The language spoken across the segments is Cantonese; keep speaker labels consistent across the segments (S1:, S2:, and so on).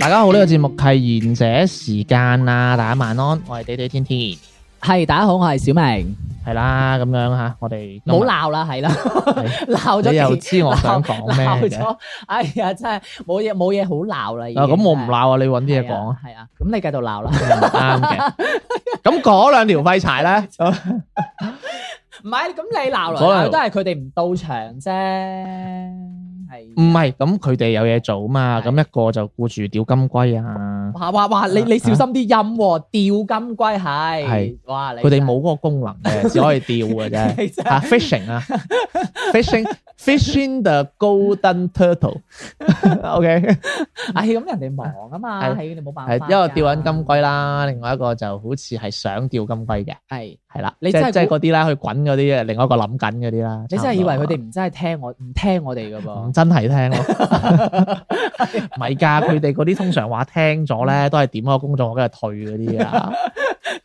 S1: 大家好，呢、個節目係賢者時間啊！大家晚安，我係地地天天，
S2: 係大家好，我係小明。
S1: 係啦，咁樣吓，我哋
S2: 唔好鬧啦，係啦，
S1: 係啊
S2: 鬧咗
S1: 哎你又
S2: 幾
S1: 知我想講咩
S2: 鬧
S1: 嘅
S2: 咗，哎呀，真係冇嘢冇嘢好鬧啦。已經
S1: 啊，咁我唔鬧啊，你揾啲嘢講啊，
S2: 係啊，咁你繼續鬧啦。
S1: 啱 嘅。咁嗰兩條廢柴咧，
S2: 唔係，咁你鬧
S1: 可能
S2: 來鬧去都係佢哋唔到場啫。
S1: 唔嗯
S2: 係。
S1: 係咁佢哋有嘢做嘛，咁一個就顧住釣金龜啊，
S2: 哇哇哇！你你小心啲音喎，吊金龜係。
S1: 嗯係。
S2: 哇！你
S1: 佢哋
S2: 真係
S1: 冇嗰個功能 嘅，只可以釣 嘅啫。
S2: 你真係
S1: 啊，fishing 啊，fishing fishing the golden turtle，OK，
S2: 唉，咁人哋忙啊嘛，
S1: 係
S2: 係你冇辦法。
S1: 係一個釣緊金龜啦，另外一個就好似係想釣金龜嘅，
S2: 係
S1: 係啦，
S2: 你
S1: 即係
S2: 真係
S1: 即係嗰啲啦，去滾嗰啲，另外一個諗緊嗰啲啦。
S2: 你真係以為佢哋
S1: 唔
S2: 唔真係聽我唔聽我哋噶
S1: 唔
S2: 噃？
S1: 真係聽 咯？唔係㗎，佢哋嗰啲通常話聽咗
S2: 嗯
S1: 咧，都係點開公眾號跟住退嗰啲 啊。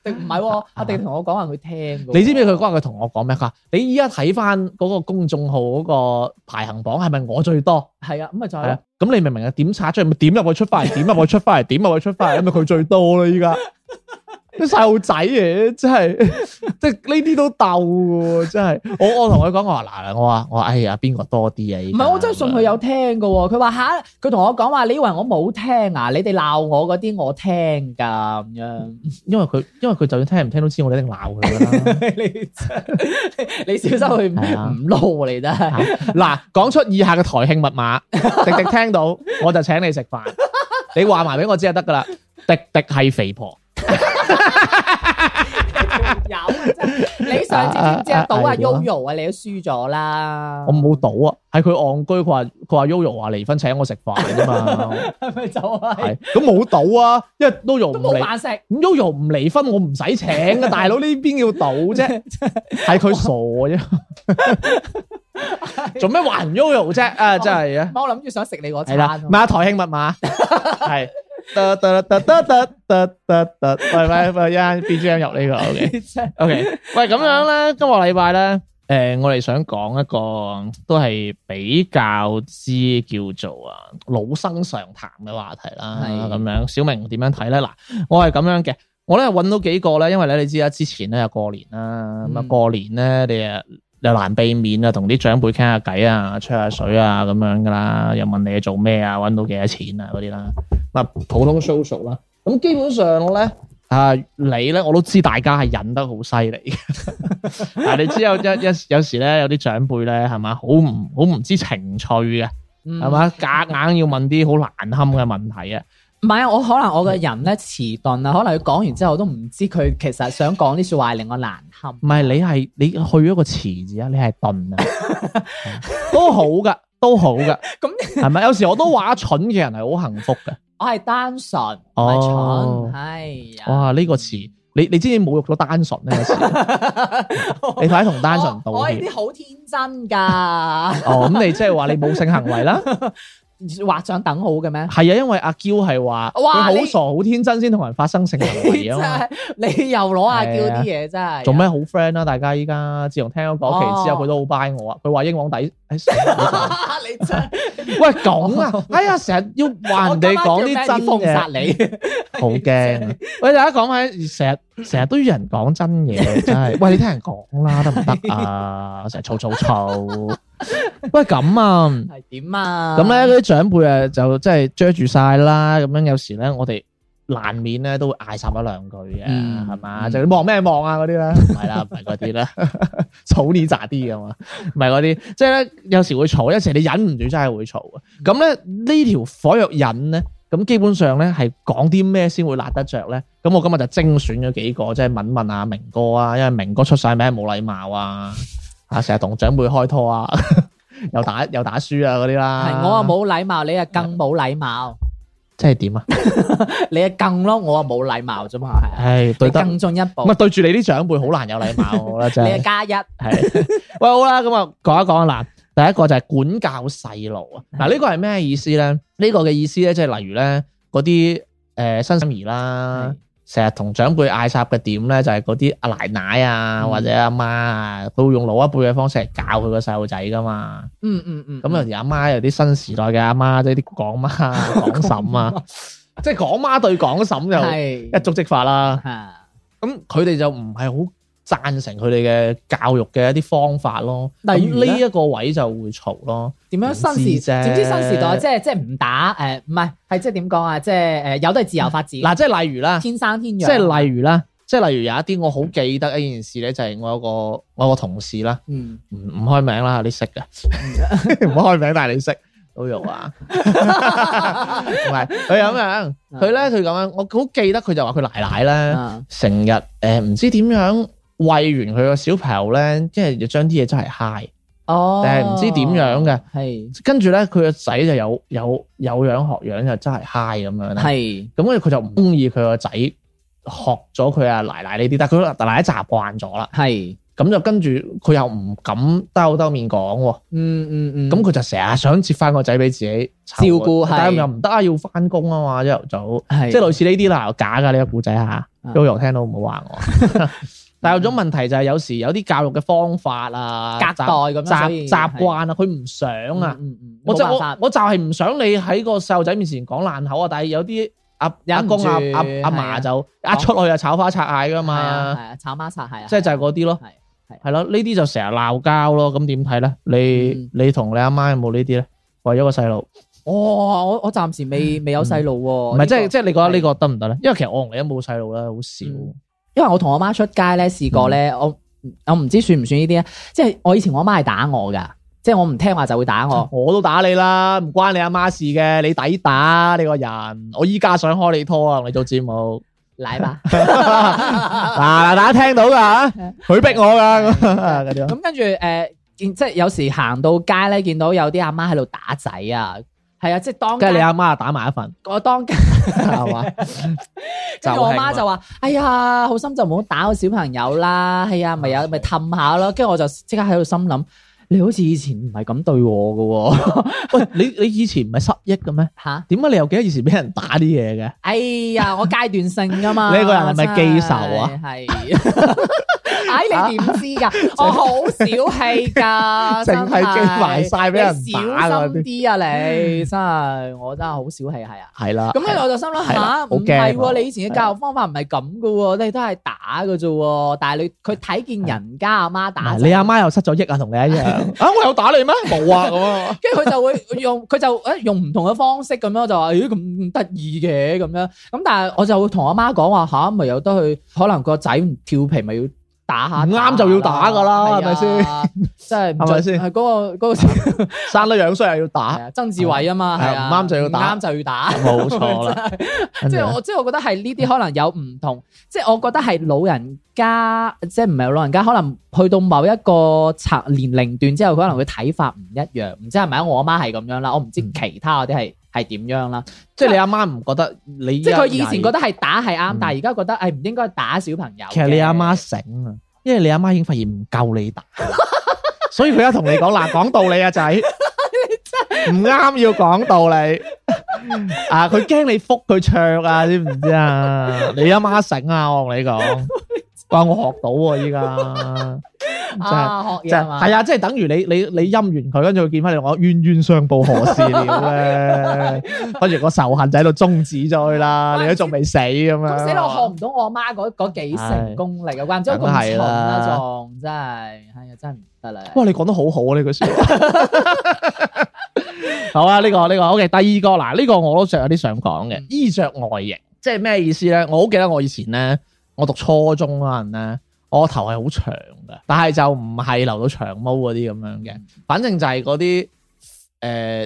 S2: 定唔 係喎？阿迪同我講話佢聽㗎喎。
S1: 你知唔知佢嗰日佢同我講咩？佢話你依家睇翻嗰個公眾號嗰個排行榜係咪我最多？
S2: 係啊？咁咪就係
S1: 係啊
S2: 咯，
S1: 咁你明唔明啊？點刷出去咪點入去出翻嚟，點入去出翻嚟，點入去出翻嚟，因為佢最多啦依 家。啲細路仔嘅真係，即係呢啲都鬥嘅喎，真係。我我同佢講，我話嗱，我話我話，哎呀，邊個多啲啊？依
S2: 唔
S1: 家
S2: 係我真係信佢有聽㗎喎。佢話吓，佢同我講話，你以為我冇聽啊？你哋鬧我嗰啲我聽㗎咁樣。
S1: 因為佢因為佢就算聽唔聽都知，我哋一定鬧佢 啦。
S2: 你真你小心佢唔
S1: 係啊
S2: 唔撈啊你真係。
S1: 嗱，講出以下嘅台慶密碼，迪迪聽到 我就請你食飯，你話埋俾我知就得㗎啦。迪迪係肥婆，
S2: 有啊真係，你上次
S1: 啊
S2: 知唔知啊？
S1: 啊啊
S2: 賭
S1: 啊
S2: 阿
S1: 啊
S2: Yoyo 啊，你都輸咗啦。
S1: 我冇賭啊，係佢戇居，佢話佢話 Yoyo 話離婚請我食飯啫嘛。
S2: 係咪就係
S1: 係咁冇賭啊，因為 Yoyo
S2: 都
S1: 唔
S2: 冇
S1: 離，
S2: 飯食？
S1: 咁 Yoyo 唔離婚，我唔使請啊，大佬呢邊叫賭啫，係佢傻啫，做咩還 Yoyo 啫？啊，真係啊，
S2: 我諗住想食你嗰
S1: 係
S2: 餐
S1: 啦，
S2: 喎。
S1: 咪 啊台慶密碼係。得得得得得得得得，喂喂喂，一陣 BGM 入呢個，OK
S2: 真 係
S1: OK，喂咁樣咧，今個禮拜咧，誒，我哋想講一個都係比較之叫做啊老生常談嘅話題啦，
S2: 係
S1: 咁樣，小明點樣睇咧？嗱，我係咁樣嘅，我咧揾到幾個咧，因為咧你知啦，之前咧又過年啦，咁啊
S2: 嗯
S1: 過年咧你啊。又難避免啊，同啲長輩傾下偈啊，吹下水啊咁樣噶啦，又問你做咩啊，揾到幾多錢啊嗰啲啦，嗱普通 social 啦，咁基本上咧啊你咧我都知大家係忍得好犀利嘅， 啊你知有一一有時咧有啲長輩咧係嘛好唔好唔知情趣嘅
S2: 嗯
S1: 係？嘛，夾硬要問啲好難堪嘅問題啊，
S2: 唔係啊，我可能我個人咧遲鈍啊，可能佢講完之後我都唔知佢其實想講啲説話係令我難堪。
S1: 唔係你係你去咗個詞字啊，你係鈍啊， 都好噶都好噶，
S2: 咁
S1: 係咪？有時我都話蠢嘅人係好幸福嘅。
S2: 我係單純，唔係
S1: 哦
S2: 蠢，係啊。
S1: 哇！呢、個詞，你你知唔知侮辱咗單純呢個 詞？你快啲同單純
S2: 我
S1: 道
S2: 我係
S1: 歉。
S2: 啲好天真㗎，
S1: 哦，咁你即係話你冇性行為啦？
S2: 畫上等號嘅咩？
S1: 係啊，因為阿嬌係話佢
S2: 哇
S1: 好
S2: 你
S1: 傻好天真先同人發生性行為
S2: 真
S1: 啊嘛。
S2: 係你又攞阿嬌啲嘢真係
S1: 做咩好 friend 啊啦？大家依家自從聽咗嗰期之後，
S2: 哦
S1: 佢都好 buy 我啊！佢話英皇底，哎死啦
S2: 你真係
S1: 喂咁 啊！哎呀，成日要話人哋講啲真
S2: 封殺
S1: 嘢，
S2: 你，
S1: 好驚 啊！喂，大家講起成日成日都要人講真 嘢，真係。喂，你聽人講啦，得唔得啊？成日嘈嘈嘈。喂，咁啊！
S2: 係點啊？
S1: 咁咧，嗰啲長輩啊，就即係遮住晒啦。咁樣有時咧，我哋難免咧都會嗌霎一兩句嘅，
S2: 嗯
S1: 係嘛？
S2: 嗯
S1: 就你望咩望啊嗰啲啦，唔係啦，唔係嗰啲 啦，草你雜啲啊噶嘛，唔係嗰啲。啊即係咧，有時會嘈，有時你忍唔住真係會嘈嘅。咁咧呢條火藥引咧，咁基本上咧係講啲咩先會辣得着咧？咁我今日就精選咗幾個，即係問問阿明哥啊，因為明哥出晒名冇禮貌啊， 啊成日同長輩開拖啊， 又打又打輸啊嗰啲啦。
S2: 係我啊，冇禮貌，你啊更冇禮貌，
S1: 即係點啊？
S2: 你啊更咯，我啊冇禮貌啫嘛，係啊，
S1: 唉，對
S2: 你
S1: 得
S2: 更進一步
S1: 唔係，對住你啲長輩好難有禮貌，我覺得真
S2: 你啊
S1: 係。
S2: 加一，
S1: 係 喂，好啦，咁啊講一講啦。第一個就係管教細路啊。嗱，呢個係咩意思咧？呢、個嘅意思咧，即係例如咧嗰啲誒新生兒啦。成日同長輩嗌霎嘅點咧，就係嗰啲阿奶奶啊，
S2: 嗯
S1: 或者阿媽啊，佢會用老一輩嘅方式嚟教佢個細路仔噶嘛。
S2: 嗯嗯嗯，
S1: 咁啊有時阿媽有啲新時代嘅阿媽，即係啲港媽啊、港嬸 啊，即係港媽對港嬸就
S2: 係
S1: 一觸即發啦。
S2: 啊
S1: 咁佢哋就唔係好贊成佢哋嘅教育嘅一啲方法咯。咁
S2: 例如呢
S1: 呢一個位就會嘈咯。
S2: 點樣新時
S1: 唔知啫
S2: 點知新時代即係即係唔打誒唔係係即係點講啊即係誒有都係自由發展，
S1: 嗱，即係例如啦，
S2: 天生天
S1: 即
S2: 養，
S1: 係例如啦，即係例如有一啲我好記得一件事咧，就係我有個我有個同事啦。
S2: 嗯
S1: 唔唔開名啦，你識嘅，
S2: 啊
S1: 唔開名，但係你識老肉啊， 唔係佢咁樣，佢咧佢咁樣，我好記得佢就話佢奶奶咧，
S2: 啊
S1: 成日誒唔知點樣餵完佢個小朋友咧，即係就將啲嘢真係嗨，
S2: 哦，
S1: 但係唔知點樣嘅，
S2: 係
S1: 跟住咧佢個仔就有有有樣學樣，就真係嗨咁樣啦，
S2: 係
S1: 咁跟住佢就唔中意佢個仔學咗佢阿奶奶呢啲，但係佢奶奶習慣咗啦，
S2: 係
S1: 咁就跟住佢又唔敢兜兜面講喎。
S2: 嗯嗯嗯
S1: 咁佢就成日想接翻個仔俾自己湊
S2: 照顧係
S1: 但係又唔得啊，要翻工啊嘛，朝頭早，
S2: 係
S1: 即係類似呢啲啦，假㗎呢個故仔嚇
S2: 嗯
S1: ，Yoyo 聽到唔好話我。但係有種問題就係有時有啲教育嘅方法啊，
S2: 隔代咁樣所以
S1: 習習習
S2: 係
S1: 慣啊，佢唔想啊，
S2: 嗯，嗯嗯
S1: 我
S2: 冇
S1: 就
S2: 辦法
S1: 我我就係唔想你喺個細路仔面前講爛口啊，但係有啲阿
S2: 忍
S1: 阿
S2: 唔
S1: 公
S2: 住
S1: 阿阿
S2: 係
S1: 阿
S2: 啊
S1: 嫲就一出去就炒花拆蟹㗎
S2: 係啊
S1: 嘛
S2: 係，啊，炒孖殺係啊，
S1: 即係就係嗰啲咯。
S2: 係
S1: 係咯，呢啲就成日鬧交咯。咁點睇咧？你
S2: 嗯
S1: 你同你阿媽有冇呢啲咧？為咗個細路，
S2: 哇！哦我我暫時未未有細路喎，
S1: 唔係即係
S2: 呢個
S1: 即係你覺得
S2: 嗯係
S1: 呢個得唔得咧？因為其實我同你都冇細路啦，好少。
S2: 嗯因為我同我媽出街咧，試過咧，我我唔知算唔算呢啲咧，即係我以前我媽係打我噶，即係我唔聽話就會打我。
S1: 我都打你啦，唔關你阿媽事嘅，你抵打你個人。我依家想開你拖啊，同你做 節目。
S2: 奶 吧，
S1: 嗱嗱，大家聽到㗎 吓，佢逼我㗎咁嗰啲咯
S2: 咁跟住誒，呃見即係有時行到街咧，見到有啲阿媽喺度打仔啊，係啊，即係當
S1: 跟住你
S2: 街
S1: 阿媽打埋一份，
S2: 我當 街，
S1: 係嘛？
S2: 跟住我媽就話：哎呀，好心就唔好打個小朋友啦，係啊，咪有咪氹下咯。跟住我就即刻喺度心諗，你好似以前唔係咁對我嘅喎，
S1: 喂，你你以前唔係失憶嘅咩？
S2: 嚇！
S1: 點解你又記得以前俾人打啲嘢嘅？
S2: 哎呀，我階段性 噶嘛，
S1: 你個人係咪記仇啊
S2: 真係？係， 哎，你點知 㗎？我好小氣㗎，
S1: 淨係
S2: 真
S1: 記埋晒俾人
S2: 你小
S1: 打嗰啲
S2: 心啲啊！你真係，我真係好小氣，係啊。
S1: 係啦，
S2: 咁跟住我就心諗
S1: 係啦
S2: 吓，
S1: 好
S2: 唔
S1: 驚喎
S2: 係喎，你以前嘅教育方法唔係咁㗎喎，你都係打㗎啫喎。但係你佢睇見人家阿媽打
S1: 嗱，
S2: 仔，
S1: 你阿媽又失咗憶啊，同你一樣 啊！我有打你咩？冇 啊，咁啊，
S2: 跟住佢就會 用佢就誒用唔同嘅方式咁樣就話，咦咁得意嘅咁樣，咁但係我就會同我媽講話吓，咪由得佢，可能個仔唔調皮咪要打下，
S1: 唔啱就要打㗎啦
S2: 係啊
S1: 係咪先？
S2: 真係唔
S1: 係咪
S2: 準
S1: 先
S2: 係嗰個嗰個
S1: 生得樣衰又要打
S2: 係，啊曾志偉啊嘛，
S1: 係啊
S2: 係啊，
S1: 唔啱就要打
S2: 唔啱就要打。
S1: 冇錯 啦。跟
S2: 即
S1: 住
S2: 係啊嗯我即係我覺得係呢啲可能有唔同，即係我覺得係老人家，即係唔係老人家，可能去到某一個層年齡段之後，可能佢睇法唔一樣，唔知係咪啊？我阿媽係咁樣啦，我唔知
S1: 嗯
S2: 其他嗰啲係係點樣啦。
S1: 即係你阿媽唔覺得你，
S2: 即係佢以前覺得，係打係啱
S1: 嗯，
S2: 但係而家覺得係唔應該打小朋友嘅。
S1: 其實你阿媽醒啊，因為你阿媽已經發現唔夠你打， 所以佢而家同你講 嗱，講道理啊，仔，唔啱要講道理啊！佢驚你覆佢唱啊，知唔知啊？你阿媽醒啊，我同你 講，話我學到喎依家。真係
S2: 啊學
S1: 即
S2: 嘢
S1: 係
S2: 係嘛？
S1: 係啊，即係等於你你你陰完佢，跟住佢見翻你我哦冤冤相報何時 了咧？跟住個仇恨就喺度終止咗佢啦，
S2: 哇
S1: 你都仲未死咁啊！
S2: 咁死啦！我學唔到我阿媽嗰嗰幾成功力啊，慣咗
S1: 梗係
S2: 咁重
S1: 啦
S2: 啦，仲真係，係啊，真係唔得啦。
S1: 哇！你講得好好啊呢句説話。 好啊，呢、個呢、個 OK。第二個嗱，呢、個我都着有啲想講嘅
S2: 嗯，
S1: 衣着外形，即係咩意思咧？我好記得我以前咧，我讀初中嗰陣咧，我個頭係好
S2: 嗯
S1: 長嘅，但係就唔係留到長毛嗰啲咁樣嘅，反正就係嗰啲誒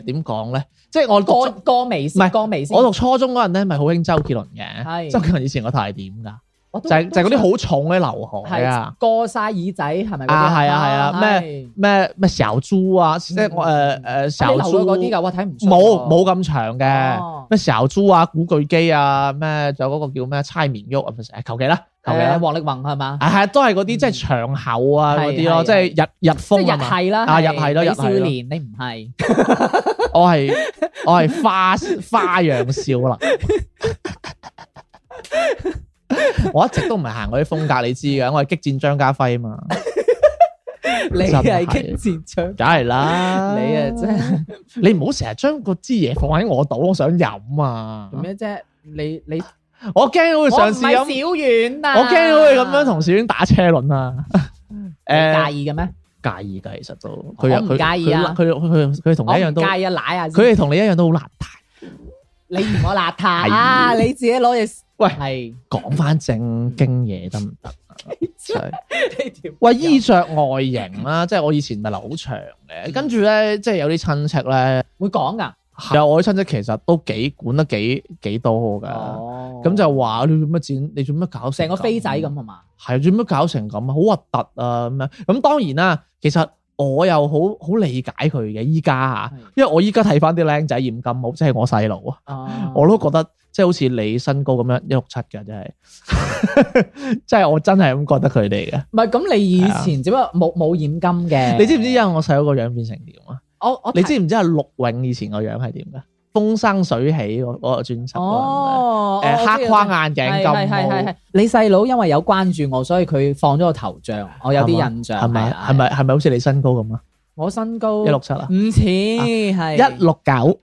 S1: 點講咧？即係我讀
S2: 過過眉
S1: 唔係
S2: 先，過眉先。
S1: 我讀初中嗰陣咧，咪好興周杰倫嘅。
S2: 係
S1: 周杰倫以前個大點㗎，
S2: 我
S1: 就
S2: 都
S1: 係就係嗰啲好重嘅劉海啊
S2: 係，過晒耳仔係咪嗰啲？
S1: 啊係啊係啊咩
S2: 係
S1: 咩咩小豬啊，即係我誒誒小
S2: 嗯你留
S1: 豬
S2: 咗嗰啲㗎，我睇唔出喎
S1: 冇冇咁長嘅。
S2: 哦
S1: 咩小豬啊、古巨基啊、咩仲有嗰個叫咩猜綿喐啊，唔係求其啦，求其啦
S2: 誒。黃力宏係嘛？
S1: 啊，係都係嗰啲即係長口啊
S2: 係
S1: 嗰啲咯，
S2: 係
S1: 即係日日
S2: 即
S1: 風
S2: 係
S1: 係
S2: 日
S1: 嘛？
S2: 係啦，
S1: 啊
S2: 係
S1: 日係咯
S2: 李
S1: 日係
S2: 少
S1: 咯
S2: 年你唔 係
S1: 我係我係花花樣啊少 啦。我一直都唔係行嗰啲風格，你知㗎。我係激戰張家輝嘛，
S2: 你係激戰槍，
S1: 梗係啦。
S2: 你啊真係
S1: 你唔好成日將嗰支嘢放喺我度，我想飲啊！
S2: 做咩啫？你 你
S1: 我驚佢上次
S2: 我唔
S1: 飲，
S2: 係小遠啊！
S1: 我驚佢咁樣同小娟打車輪啊！誒，
S2: 嗯你介意嘅咩？
S1: 介意㗎，其實都佢又
S2: 我唔
S1: 佢
S2: 介意啊
S1: 佢佢佢佢同
S2: 我
S1: 你一
S2: 唔
S1: 樣都，佢
S2: 介意啊，奶啊！
S1: 哋同你一樣都好邋遢。
S2: 你嫌我邋遢啊！你自己攞隻
S1: 喂
S2: 係
S1: 講翻正經嘢得唔
S2: 嗯
S1: 得？真係
S2: 呢條
S1: 喂，衣着外形 啦，即係我以前咪留好長
S2: 嗯
S1: 嘅，跟住咧，即係有啲親戚咧，
S2: 會講噶。
S1: 有我啲親戚其實都幾管得幾幾多噶，
S2: 哦
S1: 咁、就話你做乜剪，你做乜搞
S2: 成
S1: 個
S2: 個飛仔咁，係嘛？
S1: 係做乜搞成咁啊，好核突啊咁樣。咁當然啦，其實我又好好理解佢嘅依家嚇，因為我依家睇翻啲僆仔染金毛，即係我細佬啊。
S2: 哦
S1: 我都覺得即係好似你身高咁樣一六七嘅，真係， 即係我真係咁覺得佢哋嘅。
S2: 唔係咁，你以前只不過冇冇染金嘅。
S1: 啊
S2: 哦
S1: 你知唔知因為啊我細佬個樣變成點啊？
S2: 我我
S1: 你知唔知阿陸永以前個樣係點嘅？風生水起嗰嗰個專輯嗰
S2: 哦
S1: 陣咧，誒
S2: 我知
S1: 黑框啊眼鏡
S2: 係係係
S1: 咁
S2: 係你細佬因為有關注我，所以佢放咗個頭像，我有啲印象。
S1: 係咪係？咪係咪好似你身高咁啊？
S2: 我身高
S1: 一六七啊，
S2: 唔似係
S1: 一六九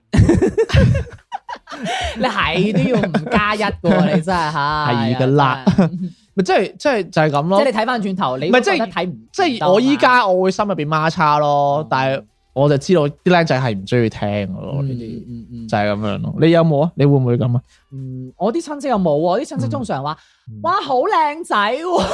S2: 你係都要唔加一嘅喎，你真係 嚇
S1: 係㗎啦
S2: 真係
S1: 咪即係即係就係咁
S2: 即係
S1: 咯
S2: 你。睇翻轉頭，你
S1: 唔係
S2: 咪
S1: 即
S2: 即
S1: 係
S2: 係睇唔啊嗯
S1: 即係我依家我會心入邊孖叉咯，但係我就知道啲僆仔係唔中意聽嘅咯，呢啲
S2: 嗯嗯嗯
S1: 就係咁樣咯。你有冇啊？你會唔會咁啊？
S2: 嗯，我啲親戚又冇喎，啲
S1: 嗯
S2: 親戚通常話：哇，好靚仔 喎！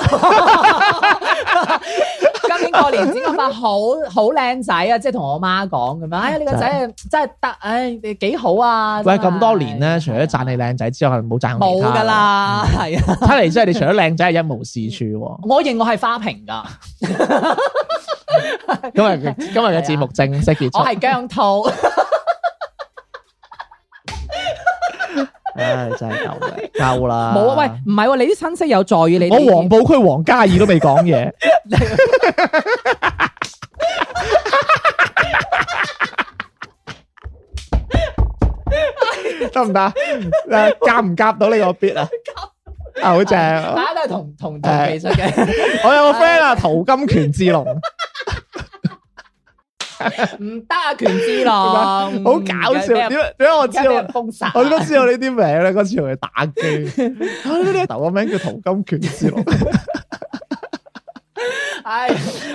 S2: 今年過年剪個髮好好靚仔啊！即係同我媽講咁樣，哎呀，呢個仔真係得，唉，幾好啊！
S1: 啊喂，
S2: 真係
S1: 咁多年咧，除咗讚你靚仔之外，冇讚
S2: 冇
S1: 其他嗯
S2: 㗎，啦，係啊！
S1: 睇嚟真係你除咗靚仔係一無是處 喎。
S2: 我認我係花瓶 㗎，
S1: 今日嘅今日嘅節目正式結
S2: 我
S1: 束，
S2: 係姜
S1: 啊
S2: 濤，
S1: 唉，真係夠啦，夠啦。
S2: 冇啊！喂，唔係喎，你啲親戚有在意你呢啲
S1: 我黃埔區黃嘉怡都未講嘢，得 唔得？誒夾唔夾到呢個 bit 啊？啊，好正啊！
S2: 大家都係同同同技術嘅，
S1: 我有個 friend 啊，陶金權志龍，
S2: 唔得啊！權志龍，好
S1: 好搞笑。點解點解我知
S2: 而家俾
S1: 道
S2: 人？封殺，啊
S1: 我都知道呢啲名咧，嗰次我去打 機，我呢個名叫陶金拳之龍，
S2: 唉，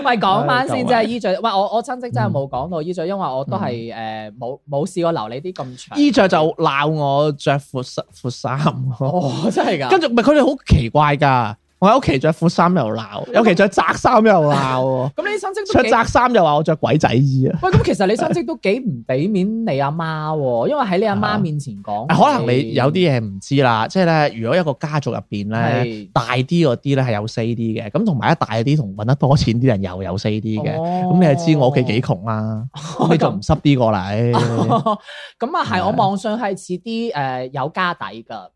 S2: 喂，講翻先，
S1: 唉嗯
S2: 即係衣着，喂，我我親戚真係冇講到衣着，因為我都係誒冇冇試過留你啲咁長。
S1: 衣着就鬧我着闊衫闊衫，
S2: 哦，真係㗎，
S1: 跟住咪佢哋好奇怪噶，我喺屋企着闊衫又鬧，尤其着窄衫又 鬧，
S2: 咁你親戚
S1: 着
S2: 都幾？
S1: 窄衫又話我着鬼仔衣 啊！
S2: 喂，咁其實你親戚都幾唔俾面你阿媽喎，因為喺你阿媽面前講，
S1: 啊可能你有啲嘢唔知啦，即係咧，如果一個家族入邊咧。
S2: 係
S1: 大啲嗰啲咧係有 C D 嘅，咁同埋一大啲同揾得多錢啲人又有 C
S2: 哦
S1: D 嘅，咁、
S2: 咁
S1: 你就知我屋企幾窮啦，你就唔濕啲過嚟。
S2: 哦咁啊，係我望上係似啲誒有家底㗎，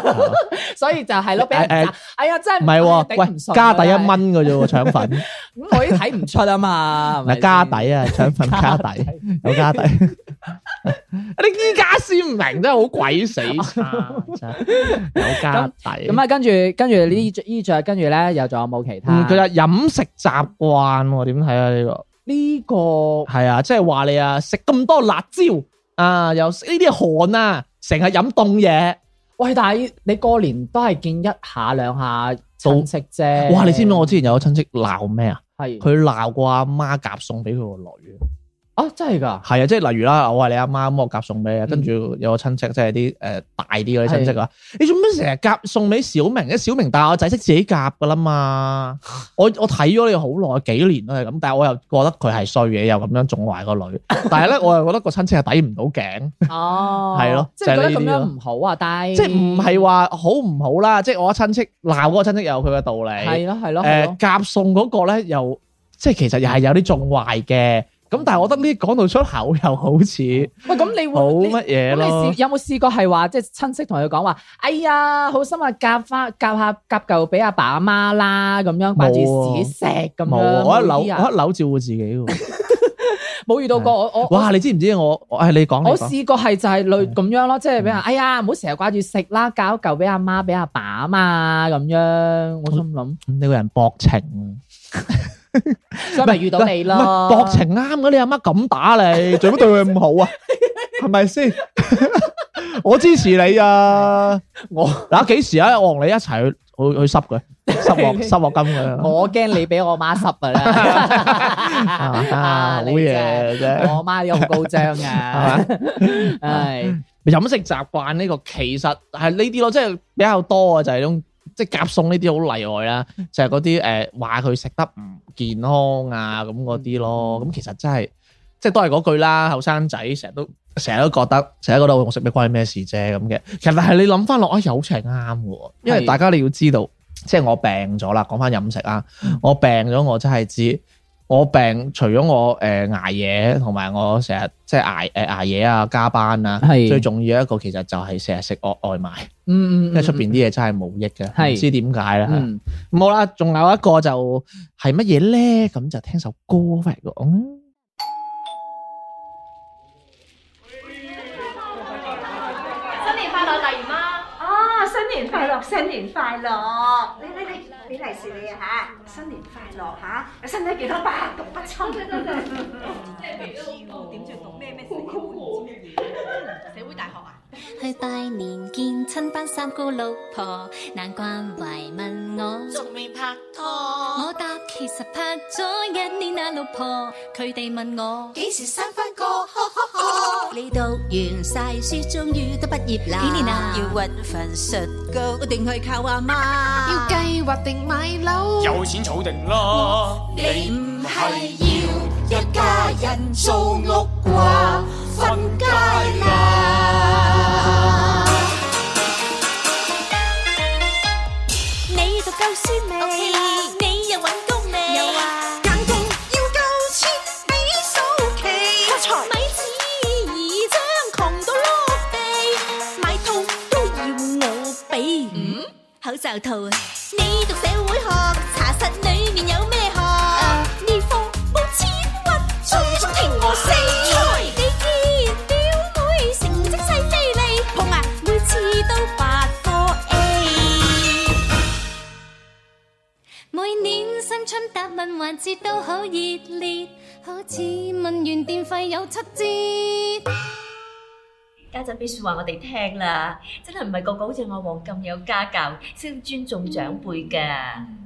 S2: 所以就係咯，俾人
S1: 啊誒
S2: 打哎呀，真係
S1: 唔係
S2: 頂
S1: 喎，
S2: 唔
S1: 喂，
S2: 順啊
S1: 加底一，
S2: 真係
S1: 蚊嘅啫喎，腸粉
S2: 咁我已經睇唔出啊嘛，係咪
S1: 嗱加
S2: 先
S1: 底啊，腸粉加 底有加底，你依家先唔明真係好鬼死差， 真係有加底。
S2: 咁啊，跟住跟住呢啲衣着，跟住咧又仲有冇其他？
S1: 嗯嗯，佢就飲食習慣喎，點睇啊？呢個
S2: 呢個
S1: 係啊，即係話你啊，食咁多辣椒啊，又食呢啲汗啊，成日飲凍嘢。
S2: 喂，但係你過年都係見一下兩下親戚啫。
S1: 哇！你知唔知我之前有個親戚鬧咩啊？
S2: 係
S1: 佢鬧過阿媽夾餸俾佢個女，
S2: 啊，真 係㗎，
S1: 係啊，即係例如啦，我係你阿媽咁，我夾餸
S2: 嗯
S1: 俾你，啊跟住有個親戚即係啲誒大啲嗰啲親戚啊，你做咩成日夾餸俾小明？因為小明大我仔識自己夾噶啦嘛，我我睇咗你好耐幾年都係咁，但係我又覺得佢係衰嘅，又咁樣縱壞個 女，但係咧我又覺得個親戚係抵唔到頸，
S2: 哦
S1: 係咯
S2: 即係
S1: 就係
S2: 覺
S1: 呢
S2: 得
S1: 啲
S2: 咁樣
S1: 咯
S2: 唔好啊，但係
S1: 即係唔係話好唔好啦？即係我親戚鬧嗰個親戚有佢嘅道理，
S2: 係咯係咯係
S1: 誒
S2: 咯，
S1: 夾餸嗰個咧又即係其實又係有啲縱壞嘅，咁但係我覺得呢啲講到出口又好似
S2: 喂咁你
S1: 好
S2: 會你
S1: 乜嘢
S2: 嗯咁
S1: 咯
S2: 你。試有冇試過係話即係親戚同佢講話，哎呀，好心啊，夾翻夾下夾嚿俾阿爸阿媽啦，咁樣掛住屎食咁
S1: 冇
S2: 樣。
S1: 啊！我一扭
S2: 冇啲啊
S1: 我一扭照顧自己喎。
S2: 冇遇到過我我
S1: 哇！你知唔知我我係你講
S2: 我
S1: 你講
S2: 試過係就係類咁樣咯，即係俾人哎呀，唔好成日掛住食啦，搞嚿俾阿媽俾阿爸啊嘛咁樣。我心諗，
S1: 你個人薄情啊，
S2: 所以咪遇到你
S1: 唔
S2: 咯。
S1: 係薄情啱嘅。你阿媽咁打 你，做乜對佢咁好啊？係咪先？ 我支持你啊！我嗱幾時啊？我同你一齊去去去濕佢，濕鑊 濕鑊金佢。
S2: 我驚你俾我媽濕噶
S1: 啊！
S2: 啦
S1: 好
S2: 你真係
S1: 嘢啫。
S2: 我媽都好高張啊，係
S1: 飲食習慣呢個其實係呢啲咯，即係比較多嘅就係呢種即係夾餸呢啲好例外啦，就係嗰啲誒話佢食得唔健康啊咁嗰啲咯。咁其實真係即係都係嗰句啦，後生仔成日都成日都覺得成日都覺得我食咩關你咩事啫咁嘅。其實係你諗翻落啊，有情啱嘅喎，因為
S2: 係
S1: 大家你要知道，即係我病咗啦。講翻飲食啊，我病咗我真係知。我病除咗我誒、呃、捱夜，同埋我成日即係捱誒、呃、捱夜啊、加班啊，
S2: 係
S1: 最重要一個其實就係成日食外外賣，
S2: 嗯
S1: 因為出邊啲嘢真係冇益嘅，
S2: 係
S1: 唔知點解啦。
S2: 嗯
S1: 咁好啦，仲有一個就係乜嘢咧？咁就聽首歌嚟講啦。
S3: 新年快樂，大姨媽！
S4: 啊！新年快樂，新年快樂！你你你，俾利是你啊嚇！新年快樂嚇！身體健康，百毒不侵。點知讀咩咩
S3: 社會大學啊！
S5: 去拜年見親班三姑六婆，難關懷問我。
S3: 仲未拍拖，
S5: 我答其實拍咗一年啊，老婆，佢哋問我
S3: 幾時生翻個？
S5: 你讀完晒書，終於都畢業啦，幾年啊？要
S3: 揾份實工，定係靠阿媽？
S6: 要計劃定買樓，
S7: 有錢儲定啦。
S3: 你唔係要一家人做屋啩？分街啦！
S5: 你讀夠書未你又揾工未？有啊，眼鏡要夠切，尾數期，發財咪似張窮到碌地，買套都要我俾。嗯，口罩套啊！你讀社會學，查實裡面有咩學？呢科冇千屈，最足聽我四才。你見表妹成績細飛利，碰啊，每次都八科 A。每年新春答問環節都好熱烈，好似問完電費有七折。
S3: 家陣俾説話我哋聽啦，真係唔係個個好似我王咁有家教，識尊重長輩㗎。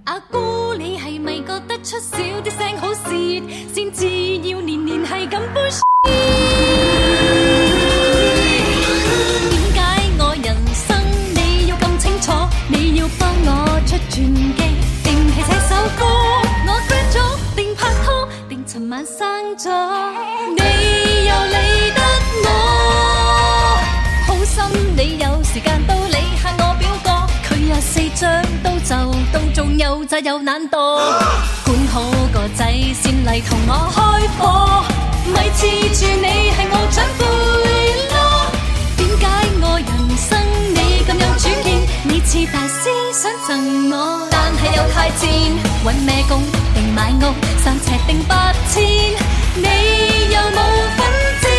S5: 阿姑，你係咪覺得出少啲聲好蝕，先至要年年係咁杯水？點解我人生你要咁清楚？你要幫我出傳記，定係寫首歌？我 grad 咗，定拍拖，定尋晚生咗？你又理得我？好心你有時間都理下我表哥，佢有四張都就到，仲又渣又懶惰，管好個仔先嚟同我開火，咪黐住你係我長輩咯。點解我人生你咁有主見？你似大師想贈我，但係又太賤，揾咩工定買屋，三尺定八千，你又冇份賤。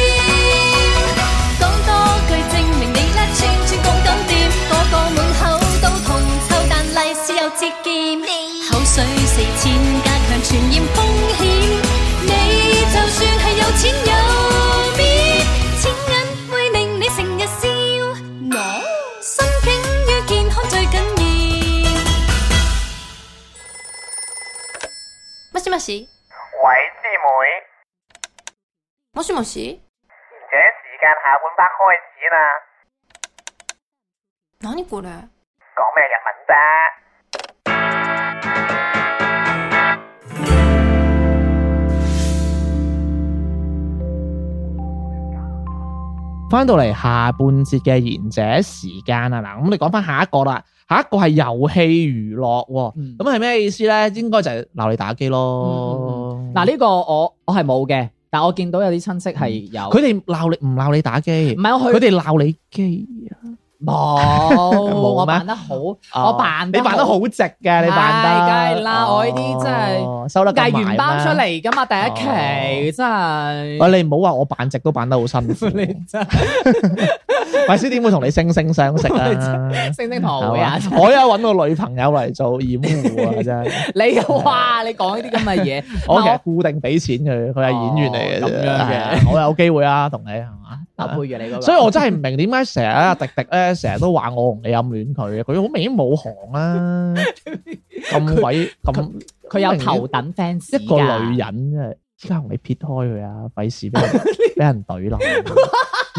S5: 講多句證明你叻，串串講講掂，個個滿口都同臭，但利是又節儉。口水四濺，加強傳染風險。你就算係有錢有面，錢銀會令你成日笑。我心境與健康最緊要。乜事乜事？
S7: 喂，師妹。
S8: もしもし
S9: 且時間下半 part 開始啦，
S8: 何これ
S9: 講咩日文啫？
S1: 翻到嚟下半節嘅賢者時間啊，嗱，咁你講翻下一個啦，下一個係遊戲娛樂喎，
S2: 嗯
S1: 咁係咩意思咧？應該就係鬧你打機咯。
S2: 嗯嗱呢個我我係冇嘅，但我見到有啲親戚係有，
S1: 佢哋鬧你唔鬧你打機，
S2: 唔係我去
S1: 佢哋鬧你機啊，
S2: 冇，
S1: 咩
S2: 我扮得好，我扮
S1: 你扮得好直嘅，你扮
S2: 係
S1: 得
S2: 梗係啦，我呢啲真
S1: 哦
S2: 係
S1: 收得咁
S2: 計
S1: 埋
S2: 完包出嚟噶嘛，第一期 真係，
S1: 喂，你唔好話我扮直都扮得好辛苦，
S2: 你真係
S1: 喂，師點會同你惺惺相惜
S2: 你
S1: 啊？
S2: 星星堂會啊
S1: 係！嘛我有揾個女朋友嚟做掩護啊， 真係。
S2: 你哇！你講呢啲咁嘅嘢，
S1: 我其
S2: 嗱
S1: 實固定俾錢佢，佢係演員嚟嘅啫。
S2: 哦咁樣嘅
S1: 係啊我有機會啊，同你係嘛？
S2: 我搭配嘅你嗰個，
S1: 所以我真係唔明點解成日啊阿迪迪咧，成日都話我同你暗戀佢嘅，啊佢好明顯冇行 啦，咁鬼咁
S2: 佢有頭等 fans
S1: 一個
S2: 㗎
S1: 女人真係，依家同你撇開佢啊，費事 俾人俾人懟冧。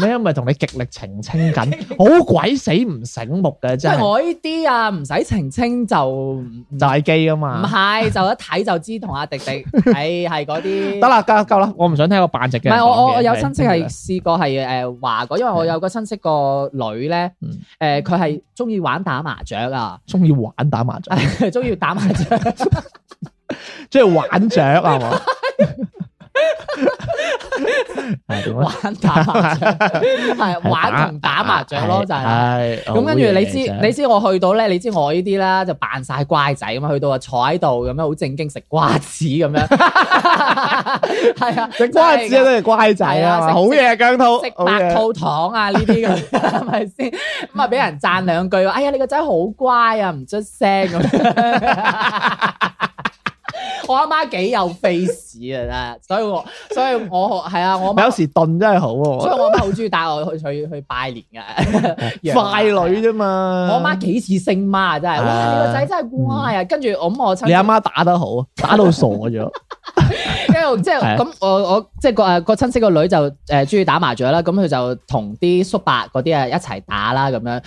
S1: 你係咪同你極力澄清緊？ 好鬼死唔醒目嘅
S2: 即
S1: 真
S2: 係
S1: 係，
S2: 我呢啲啊，唔使澄清就唔
S1: 就係機啊嘛。
S2: 係，就一睇就知同阿迪迪係係嗰啲
S1: 得。啦，夠啦夠啦，我唔想聽個扮直
S2: 唔
S1: 嘅人講
S2: 係
S1: 嘢。
S2: 我我我有親戚
S1: 係
S2: 係試過係誒話過，因為我有個親戚個女咧
S1: 嗯，
S2: 誒佢係中意玩打麻雀 啊，
S1: 中意玩打麻 雀，
S2: 中意打麻雀，
S1: 中意玩雀啊係 嘛？係點啊
S2: 玩打麻雀，係玩同打麻雀
S1: 哎
S2: 咯，就係。
S1: 係啊
S2: 咁跟住你知你
S1: 知
S2: 知我去到咧，你知我呢啲啦，就扮晒乖仔咁啊，去到啊坐喺度咁樣好正經食瓜子咁樣， 係啊，
S1: 食瓜子啊都係乖仔
S2: 係
S1: 啊
S2: 啊
S1: 嘛，
S2: 食
S1: 好嘢姜濤，
S2: 食
S1: 好
S2: 白
S1: 嘢
S2: 兔糖啊呢啲咁，係咪先？咁啊俾人讚兩句話，哎呀你個仔好乖啊，唔出聲咁樣。 我阿媽幾有 face 啊，真係，所以我所以我係啊，我阿媽
S1: 有時燉真係好
S2: 所以
S1: 喎，
S2: 我阿媽好中意帶我去去去拜年嘅，
S1: 快女啫嘛。
S2: 我阿媽幾次姓媽啊真係，哇！你個仔真係乖啊！跟住我咁我親
S1: 嗯你阿
S2: 戚，
S1: 媽打得好，啊打到傻 咗，
S2: 跟 住即係
S1: 係
S2: 咁我我即係個誒個親戚個女就誒中意打麻雀啦，咁佢就同啲叔伯嗰啲啊一齊打啦咁樣，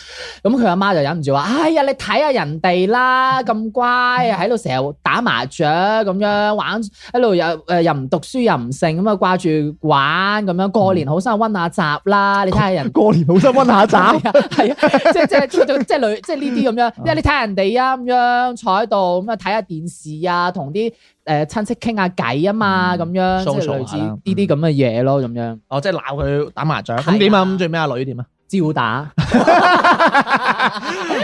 S2: 咁佢阿媽就忍唔住話：哎呀，你睇下人哋啦，咁乖啊喺度成日打麻雀咁樣玩，喺度又誒又唔讀書又唔剩咁啊，掛住玩咁樣，過年好心温下習啦，你睇下人
S1: 過年好心温下
S2: 係
S1: 爪，
S2: 啊，係啊，即係即係出到即係女，即係呢啲咁樣，因為你睇下人哋啊咁樣坐喺度，咁啊睇下電視啊，同啲誒親戚傾下偈啊嘛，咁樣即係
S1: social
S2: 類似
S1: 下啦
S2: 呢啲咁嘅嘢咯，咁樣
S1: 哦，即係鬧佢打麻雀，
S2: 係
S1: 咁
S2: 啊
S1: 點啊？咁最尾阿女點啊？
S2: 照打，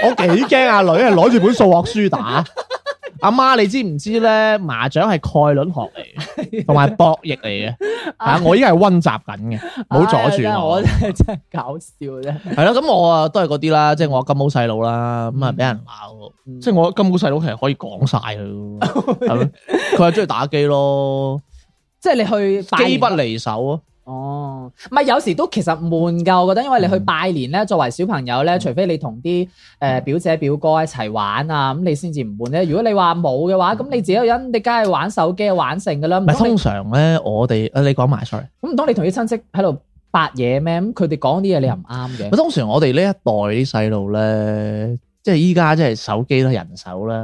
S1: 我幾驚阿女係攞住本數學書打。 阿媽，你知唔知咧？麻雀係概率學嚟嘅，同埋博弈 嚟嘅。
S2: 哎
S1: 啊，我依家係温習緊嘅，唔好阻住
S2: 唉真係
S1: 我
S2: 我。真係真係搞笑啫。
S1: 係啦，咁我啊都係嗰啲啦，即係我金毛細佬啦，咁啊俾人鬧，
S2: 嗯
S1: 即係我金毛細佬其實可以講晒佢咯， 係咪？佢係中意打機咯，
S2: 即係你去拜
S1: 機
S2: 年
S1: 不離手啊咯。
S2: 哦，唔係有時都其實悶㗎，我覺得，因為你去拜年咧，作為小朋友咧，除非你同啲誒表姐表哥一齊玩啊，咁你先至唔悶咧。如果你話冇嘅話，咁你自己一個人，你梗係玩手機玩成㗎啦。唔
S1: 唔係
S2: 通你
S1: 通常咧，我哋啊你講埋 sorry。
S2: 咁唔通你同啲親戚喺度八嘢咩？咁佢哋講啲嘢你又唔啱
S1: 咪
S2: 嘅。
S1: 通常我哋呢一代啲細路咧，即係依家即係手機都係人手啦，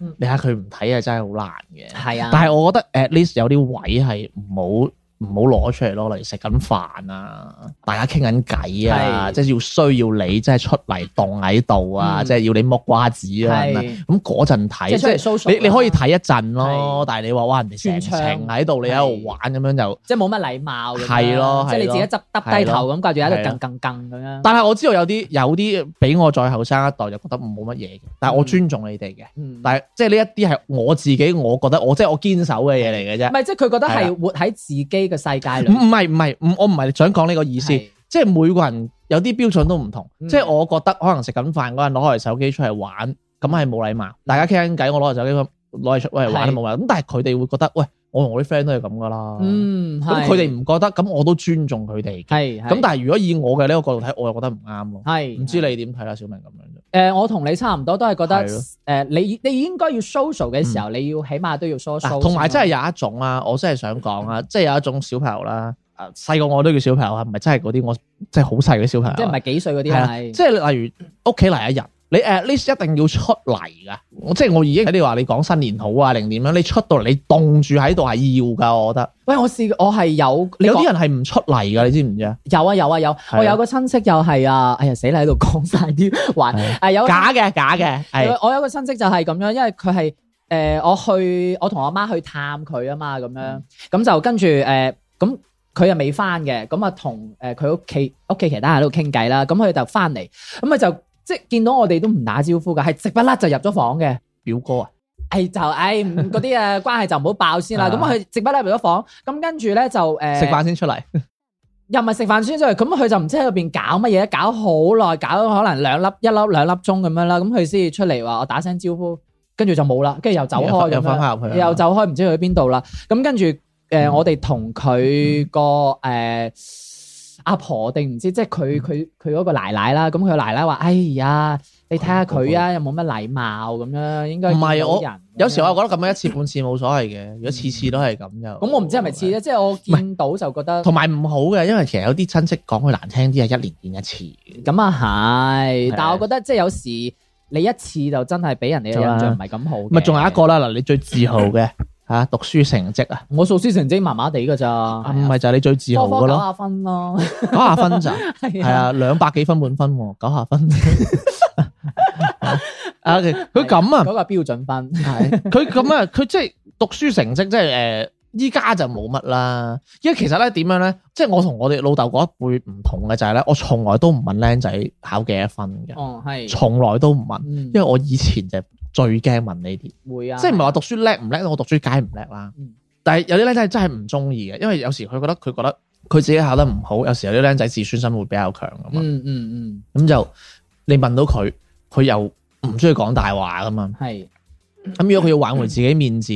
S2: 嗯
S1: 你睇佢唔睇啊，真係好難嘅。
S2: 係啊，
S1: 但係我覺得 at least 有啲位係唔好唔好攞出嚟咯，例如食緊飯啊，大家傾緊偈啊，
S2: 係
S1: 即係要需要你即係出嚟棟喺度啊，
S2: 嗯
S1: 即係要你剝瓜子啊，
S2: 係
S1: 咁嗰陣睇
S2: 即係出嚟
S1: 即
S2: social 啊
S1: 係你你可以
S2: 啦
S1: 睇一陣咯，但係你話哇人哋成
S2: 轉窗
S1: 程喺度，你喺度玩咁樣就。
S2: 即係冇乜禮貌咁樣。
S1: 係咯
S2: 即係你
S1: 係
S2: 自
S1: 咯
S2: 己執耷低頭咁，掛住喺
S1: 係
S2: 度
S1: 咯
S2: 更更更咁樣。
S1: 但係我知道有啲有啲比我再後生一代就覺得冇乜嘢嘅，但係我尊重你哋嘅。
S2: 嗯
S1: 但係即係呢一啲係我自己，我覺得我即係我堅守嘅嘢嚟嘅
S2: 唔
S1: 啫。
S2: 係即係佢覺
S1: 係
S2: 得
S1: 啦啊
S2: 係活喺自己嘅世界
S1: 唔
S2: 裏。
S1: 唔係唔係，唔我唔係想講呢個意思，
S2: 係
S1: 即係每個人有啲標準都唔同。
S2: 嗯
S1: 即係我覺得可能食緊飯嗰陣攞嚟手機出嚟玩，
S2: 嗯
S1: 咁係冇禮貌。大家傾緊偈，我攞嚟手機攞嚟出嚟玩
S2: 係
S1: 冇禮貌。咁但係佢哋會覺得，喂，我同我啲 friend 都係咁噶啦。
S2: 嗯，
S1: 哦咁
S2: 係
S1: 佢哋唔覺得，咁我都尊重佢哋嘅。
S2: 係
S1: 咁但係如果以我嘅呢個角度睇，我又覺得唔啱咯。
S2: 係
S1: 唔知你點睇啊啦，小明咁樣啫。
S2: 誒、我同你差唔多，都係覺得
S1: 係咯嗯
S2: 誒、你你應該要 social 嘅時候，你要起碼都要 social
S1: 嗱
S2: 先咯。嗯
S1: 同埋真係有一種啊，我真係想講啊，即係有一種小朋友啦，啊細個我都叫小朋友啊，唔係真係嗰啲我即係好細嘅小朋友啊，
S2: 即係唔係幾歲嗰啲
S1: 係啦
S2: 係
S1: 即係例如屋企嚟一日，你 at least 一定要出嚟噶。我即係我已經喺你話你講新年好啊，定點樣？你出到嚟，你凍住喺度係要噶，我覺得。
S2: 喂，我試過我係有你
S1: 有
S2: 講
S1: 啲人係唔出嚟噶，你知唔知啊？
S2: 有啊有啊有，
S1: 啊
S2: 我有個親戚又係啊，哎呀死啦喺度講晒 啲話
S1: 係啊
S2: 啊有個
S1: 假嘅，假嘅，係
S2: 我有個親戚就係咁樣，因為佢係誒我去我同我媽去探佢啊嘛，咁樣咁就跟住誒咁佢又未翻嘅，咁啊同誒佢屋企屋企其他人喺度傾偈啦，咁佢就翻嚟，咁佢就即係見到我哋都唔打招呼㗎，係直不甩就入咗房嘅。
S1: 表哥啊，
S2: 唉，就唉，唔嗰啲啊關係就唔好爆先啦。咁
S1: 啊
S2: 佢直不甩入咗房，咁跟住咧就誒
S1: 食飯先出嚟，
S2: 又唔係食飯先出嚟，咁佢就唔知喺入邊搞乜嘢，搞好耐，搞咗可能兩粒一粒兩粒鐘咁樣啦，咁佢先至出嚟話我打聲招呼，跟住就冇啦，跟住又走開
S1: 又翻
S2: 咁樣，
S1: 返入去啊，
S2: 又走開，唔知去邊度啦。咁跟住誒，
S1: 嗯
S2: 我哋同佢個誒阿婆定唔知，即係佢佢佢嗰個奶奶啦。咁佢奶奶話：哎呀，你睇下佢啊，有冇乜禮貌咁樣，應該
S1: 唔係
S2: 見到
S1: 我
S2: 人咁
S1: 有時
S2: 樣
S1: 我覺得咁樣一次半次冇所謂嘅，如果次次都係咁就
S2: 嗯
S1: 啊
S2: 咁我唔知係咪似咧，即係我見到就覺得
S1: 同埋唔好嘅，因為其實有啲親戚講佢難聽啲係一年見一次嘅，
S2: 咁啊係
S1: 係，
S2: 但係我覺得即係有時你一次就真係俾人哋嘅
S1: 就啦
S2: 印象唔係咁好嘅。
S1: 咪仲有一個啦嗱，你最自豪 嘅嚇讀書成績啊，
S2: 我數書成績麻麻地㗎咋，
S1: 唔係就係你最自豪
S2: 科
S1: 嘅
S2: 科九
S1: 咯，
S2: 啊分咯，
S1: 九下分咋，
S2: 係
S1: 係啊，兩百幾分滿分喎，九下分。 啊，佢佢咁啊
S2: 嗰，個標準分
S1: 係佢咁啊，佢即係讀書成績，即係誒，依家就冇乜啦。因為其實咧點樣咧，即係我同我哋老豆嗰一輩唔同嘅就係咧，我從來都唔問僆仔考幾多分嘅，
S2: 哦係，
S1: 從來都唔問，
S2: 嗯
S1: 因為我以前就最驚問呢啲，
S2: 會啊，
S1: 即係唔係話讀書叻唔叻，我讀書梗係唔叻啦
S2: 嗯。
S1: 但係有啲僆仔真係唔中意嘅，因為有時佢覺得佢覺得佢自己考得唔好，有時有啲僆仔自尊心會比較強噶嘛。
S2: 嗯嗯
S1: 咁就你問到佢，佢又唔中意講大話噶嘛
S2: 嗯。係
S1: 咁如果佢要挽回自己面子，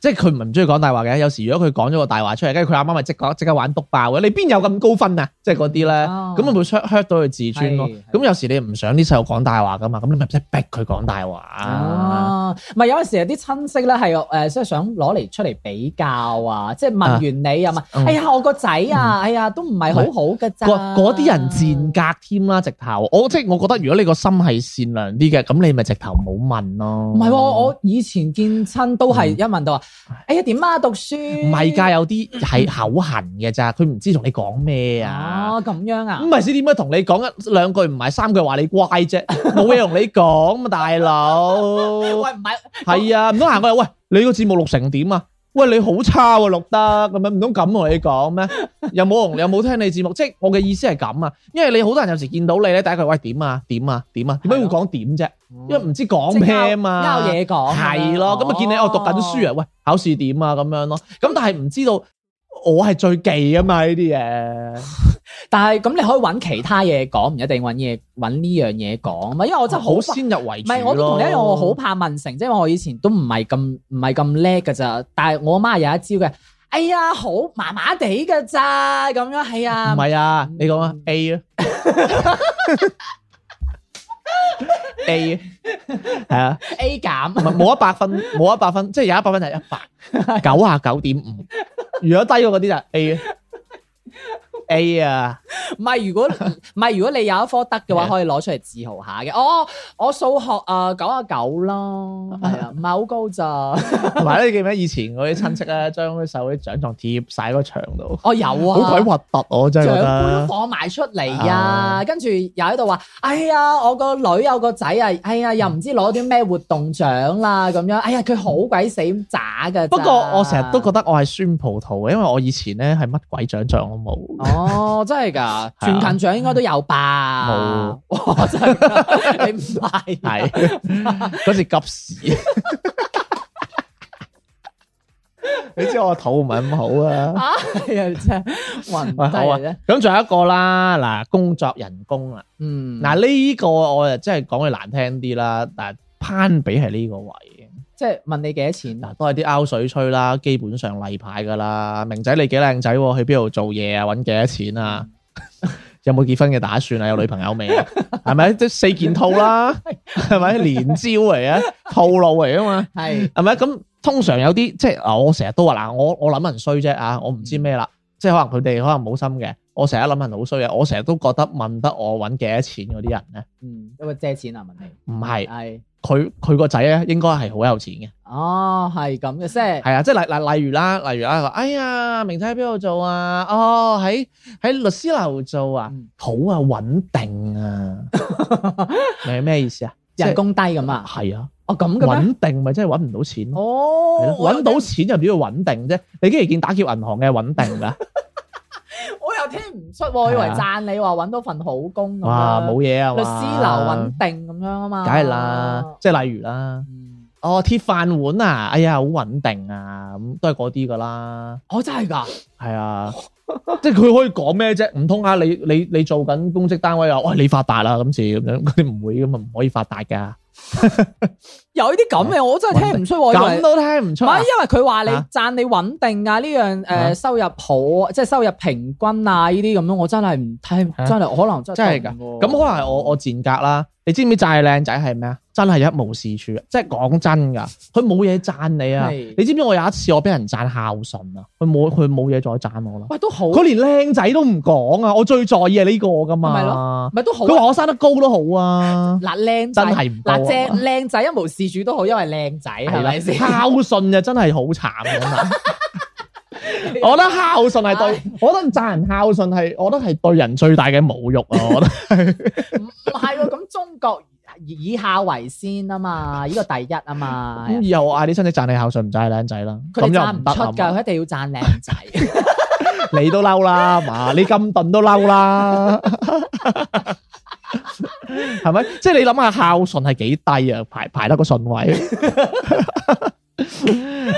S1: 即係佢唔係唔中意講大話嘅。有時如果佢講咗個大話出嚟，跟住佢阿媽咪即刻即刻玩篤爆嘅。你邊有咁高分啊？即係嗰啲咧，
S2: 哦
S1: 咁咪會 hurt hurt 到佢自尊咯
S2: 係。係
S1: 咁有時你唔想啲細路講大話噶嘛，咁你咪即係逼佢講大話。
S2: 哦，唔係有陣時有啲親戚咧係誒，即係想攞嚟出嚟比較啊，即係問完你啊嘛，
S1: 嗯
S2: 哎呀我個仔啊，哎呀都唔係好好㗎咋，
S1: 嗰嗰啲人賤格添啦，直頭。我即係我覺得，如果你個心係善良啲嘅，咁你咪直頭冇問咯。
S2: 唔係喎，我以前見親都係一問到話，哎呀點啊讀書？
S1: 唔
S2: 唔
S1: 係㗎，有啲係口痕嘅咋，佢唔知同你講咩啊。
S2: 哦咁樣啊
S1: 咁，咪先點解同你講一兩句唔係三句話你乖 啫，冇嘢同你講嘛，大佬。
S2: 喂唔係，
S1: 係啊，唔通行過嚟喂，你個節目錄成點啊？喂，你好差喎、錄得咁樣，唔通咁同你講咩？有冇同有冇聽你節目？即係我嘅意思係咁啊，因為你好多人有時見到你咧，第一句喂點啊點啊點啊，點解會講點啫？因為唔知講咩啊嘛，
S2: 嗯即係拗嘢講
S1: 係咯，咁啊見你
S2: 哦
S1: 我讀緊書啊，喂考試點啊咁樣咯，咁但係唔知道我係最忌啊嘛呢啲嘢。
S2: 但係咁你可以揾其他嘢講，唔一定揾嘢揾呢樣嘢講啊嘛，因為我真係
S1: 好
S2: 好先。
S1: 先入為
S2: 唔
S1: 主咯。
S2: 係，我都同你一樣，我好怕問成，即係我以前都唔係咁唔係咁叻㗎咋。但係我媽有一招嘅，哎呀，好麻麻地㗎咋，咁樣係啊
S1: 唔，係啊，你講啊 A 啊 A 係啊，
S2: A 減
S1: 唔係冇一百分，冇一百分，即係有一百分就係一百九啊九點五。如果低過嗰啲就係 A 啊 A 啊，
S2: 唔 係，如果唔係，如果你有一科得嘅話，
S1: 係
S2: 可以攞出嚟自豪下嘅。哦，我數學啊九啊九 啦，係啊，唔係好高咋。
S1: 同埋咧，你記唔記得以前嗰啲親戚咧，將啲手啲獎狀貼晒個牆度，
S2: 我有
S1: 好鬼
S2: 啊。
S1: 核突，我真係
S2: 獎
S1: 覺
S2: 杯都
S1: 得。
S2: 放埋出嚟
S1: 啊
S2: 啊，跟住又喺度話，哎呀，我個女有個仔啊，哎呀，又唔知攞啲咩活動獎啦，咁樣，哎呀，佢好鬼死渣噶。
S1: 不過我成日都覺得我係酸葡萄嘅，因為我以前咧係乜鬼獎狀都冇。
S2: 哦，真 係㗎，全勤獎應該都有吧？ 哇，真係㗎，你唔係
S1: 係嗰時急屎。 你知我肚唔係咁好啊？
S2: 啊，係啊，真係
S1: 喂，好
S2: 暈
S1: 啊
S2: 低咧。。
S1: 咁仲有一個啦，嗱，工作人工啦，
S2: 嗯，
S1: 嗱呢個我誒真係講句難聽啲啦，但係攀比係呢個位嘅。
S2: 即係問你幾多錢啊？
S1: 嗱，都係啲拗水吹啦，基本上例牌噶啦。明仔你幾靚仔喎？去邊度做嘢啊？揾幾多錢啊？ 有冇結婚嘅打算啊？有女朋友未啊？係咪？即係四件套啦，係咪？連招嚟啊，套路嚟啊嘛。
S2: 係
S1: 啊
S2: 嗯
S1: 係咪？咁通常有啲即係嗱，我成日都話嗱，我我諗人衰啫啊，我唔知咩啦。即係可能佢哋可能冇心嘅。我成日諗人好衰啊嘅，我成日都覺得問得我揾幾多錢嗰啲人咧，
S2: 嗯，因為借錢啊，問你
S1: 唔係
S2: 係
S1: 佢佢個仔咧應該係好有錢嘅。
S2: 哦，係咁嘅，即係
S1: 係啊，即係例例例如啦，例如啦，佢話哎呀，明仔喺邊度做啊？哦，喺喺律師樓做啊
S2: 嗯，
S1: 好啊，穩定 啊，你係咩意思啊？即係
S2: 人工低咁啊。
S1: 係啊，
S2: 哦，咁嘅咩？
S1: 穩定咪即係揾唔到錢咯，係
S2: 哦，
S1: 咯，揾到錢又點叫穩定啫？你竟然見打劫銀行嘅穩定㗎？
S2: 我又聽唔出喎，我以為
S1: 係啊
S2: 讚你話揾到份好工咁樣
S1: 哇，冇嘢啊嘛，
S2: 律師樓穩定咁樣啊嘛，
S1: 梗係啦，即係例如啦，
S2: 嗯，
S1: 哦，鐵飯碗啊，哎呀，好穩定啊，咁都係嗰啲㗎啦。
S2: 哦真係㗎，
S1: 係 啊，即係佢可以講咩啫？唔通啊，你你你做緊公職單位啊，喂，你發達啦今次咁樣，佢哋唔會咁啊，唔可以發達㗎，
S2: 有啲咁嘅我真係聽唔出喎，我以哦為
S1: 咁都聽唔
S2: 唔
S1: 出啊
S2: 係，因為佢話你
S1: 啊
S2: 讚你穩定啊，呢樣
S1: 啊
S2: 誒收入好啊，即係收入平均啊，呢啲咁樣，我真係唔聽，
S1: 啊
S2: 真係可能真
S1: 真係
S2: 㗎
S1: 㗎。咁可能係我我賤格啦，你知唔知債靚仔係咩啊？真係一無是處，啊即係講真㗎，佢冇嘢讚你啊！
S2: 係
S1: 你知唔知我有一次我俾人讚孝順啊？佢冇佢冇嘢再讚我啦，
S2: 喂都好，
S1: 佢
S2: 唔
S1: 連靚仔都唔講啊！我最在意係呢個㗎
S2: 咪
S1: 嘛，
S2: 係都好
S1: 佢話
S2: 啊。
S1: 我生得高都好啊。
S2: 嗱靚仔
S1: 真係唔高啊
S2: 嗱正靚仔一無是處都好，因為靚仔係 咪先？
S1: 孝順啊，真係好慘咁 啊！我覺得孝順係對，我覺得讚人孝順係，我覺得係對人最大嘅侮辱啊！ 我覺得
S2: 唔唔係喎，咁中國以以孝為先啊嘛，呢個第一啊嘛，
S1: 咁以後我嗌啲親戚讚你孝順，唔讚你靚仔啦，
S2: 佢哋
S1: 嗯咁
S2: 讚
S1: 又
S2: 唔
S1: 唔得
S2: 出㗎，
S1: 啊
S2: 佢一定要讚靚 仔。
S1: 嘛！你都嬲 啦，係嘛，你咁頓都嬲啦，係咪？即係你諗下孝順係幾低啊？排排得個順 位，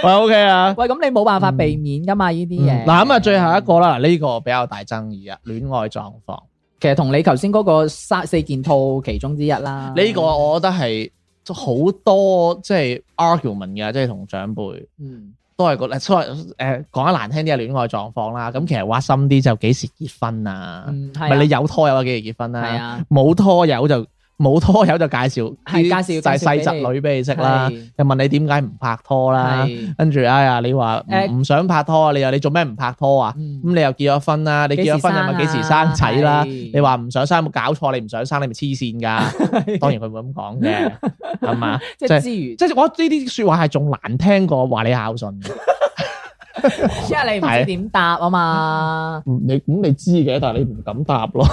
S1: 喂，OK 啊！
S2: 喂，咁你冇辦法避免㗎嘛呢啲嘢。
S1: 嗯嗱咁啊，最後一個啦，嗱呢個比較大爭議啊，戀愛狀況。
S2: 其實同你頭先嗰個三四件套其中之一啦。
S1: 呢個我覺得係好多即係 argument 嘅，即係同長輩
S2: 嗯
S1: 都係個誒所謂誒講得難聽啲係戀愛狀況啦。咁其實挖深啲就幾時結婚啊？
S2: 嗯
S1: 咪你
S2: 係啊
S1: 有拖友啊幾時結婚
S2: 係
S1: 啦？
S2: 啊，
S1: 冇拖友就冇拖友就介紹
S2: 係介紹
S1: 就係
S2: 介紹俾
S1: 細
S2: 你
S1: 侄女俾你識啦
S2: 係，
S1: 又問你點解唔拍拖啦？
S2: 係
S1: 跟住哎呀，你話
S2: 誒
S1: 唔唔想拍拖啊？你又你做咩唔拍拖啊？
S2: 嗯
S1: 咁你又結咗婚啦，你結咗婚又咪幾時生仔啦？
S2: 啊係
S1: 你話唔想生有冇搞錯？你唔想生你咪黐線 㗎！當然佢會咁講嘅，係嘛？
S2: 即
S1: 即
S2: 係
S1: 係
S2: 之餘，
S1: 即係我覺得呢啲説話係仲難聽過話你孝順嘅。
S2: 因為你唔知點答啊嘛，
S1: 嗯你咁你知嘅，但係你唔敢答咯。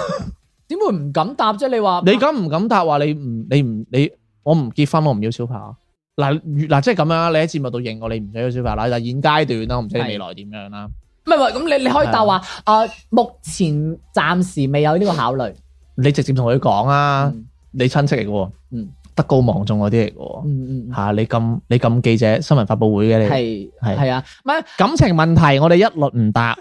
S2: 點會唔敢答啫？你話
S1: 你敢唔敢答話你唔你唔你我唔結婚，我唔要小朋友。嗱如嗱即係咁樣，你喺節目度認過你唔想要小朋友啦，但係現階段啦，我唔知你
S2: 係
S1: 未來點樣啦。
S2: 唔係唔係咁，你你可以答話啊，目前暫時未有呢個考慮。
S1: 你直接同佢講啊，
S2: 嗯
S1: 你親戚嚟嘅喎，
S2: 嗯
S1: 德高望重嗰啲嚟嘅喎。
S2: 嗯嗯，
S1: 吓、你咁你咁記者新聞發佈會嘅你，
S2: 係
S1: 係
S2: 係啊，唔係
S1: 感情問題我哋一律唔 答，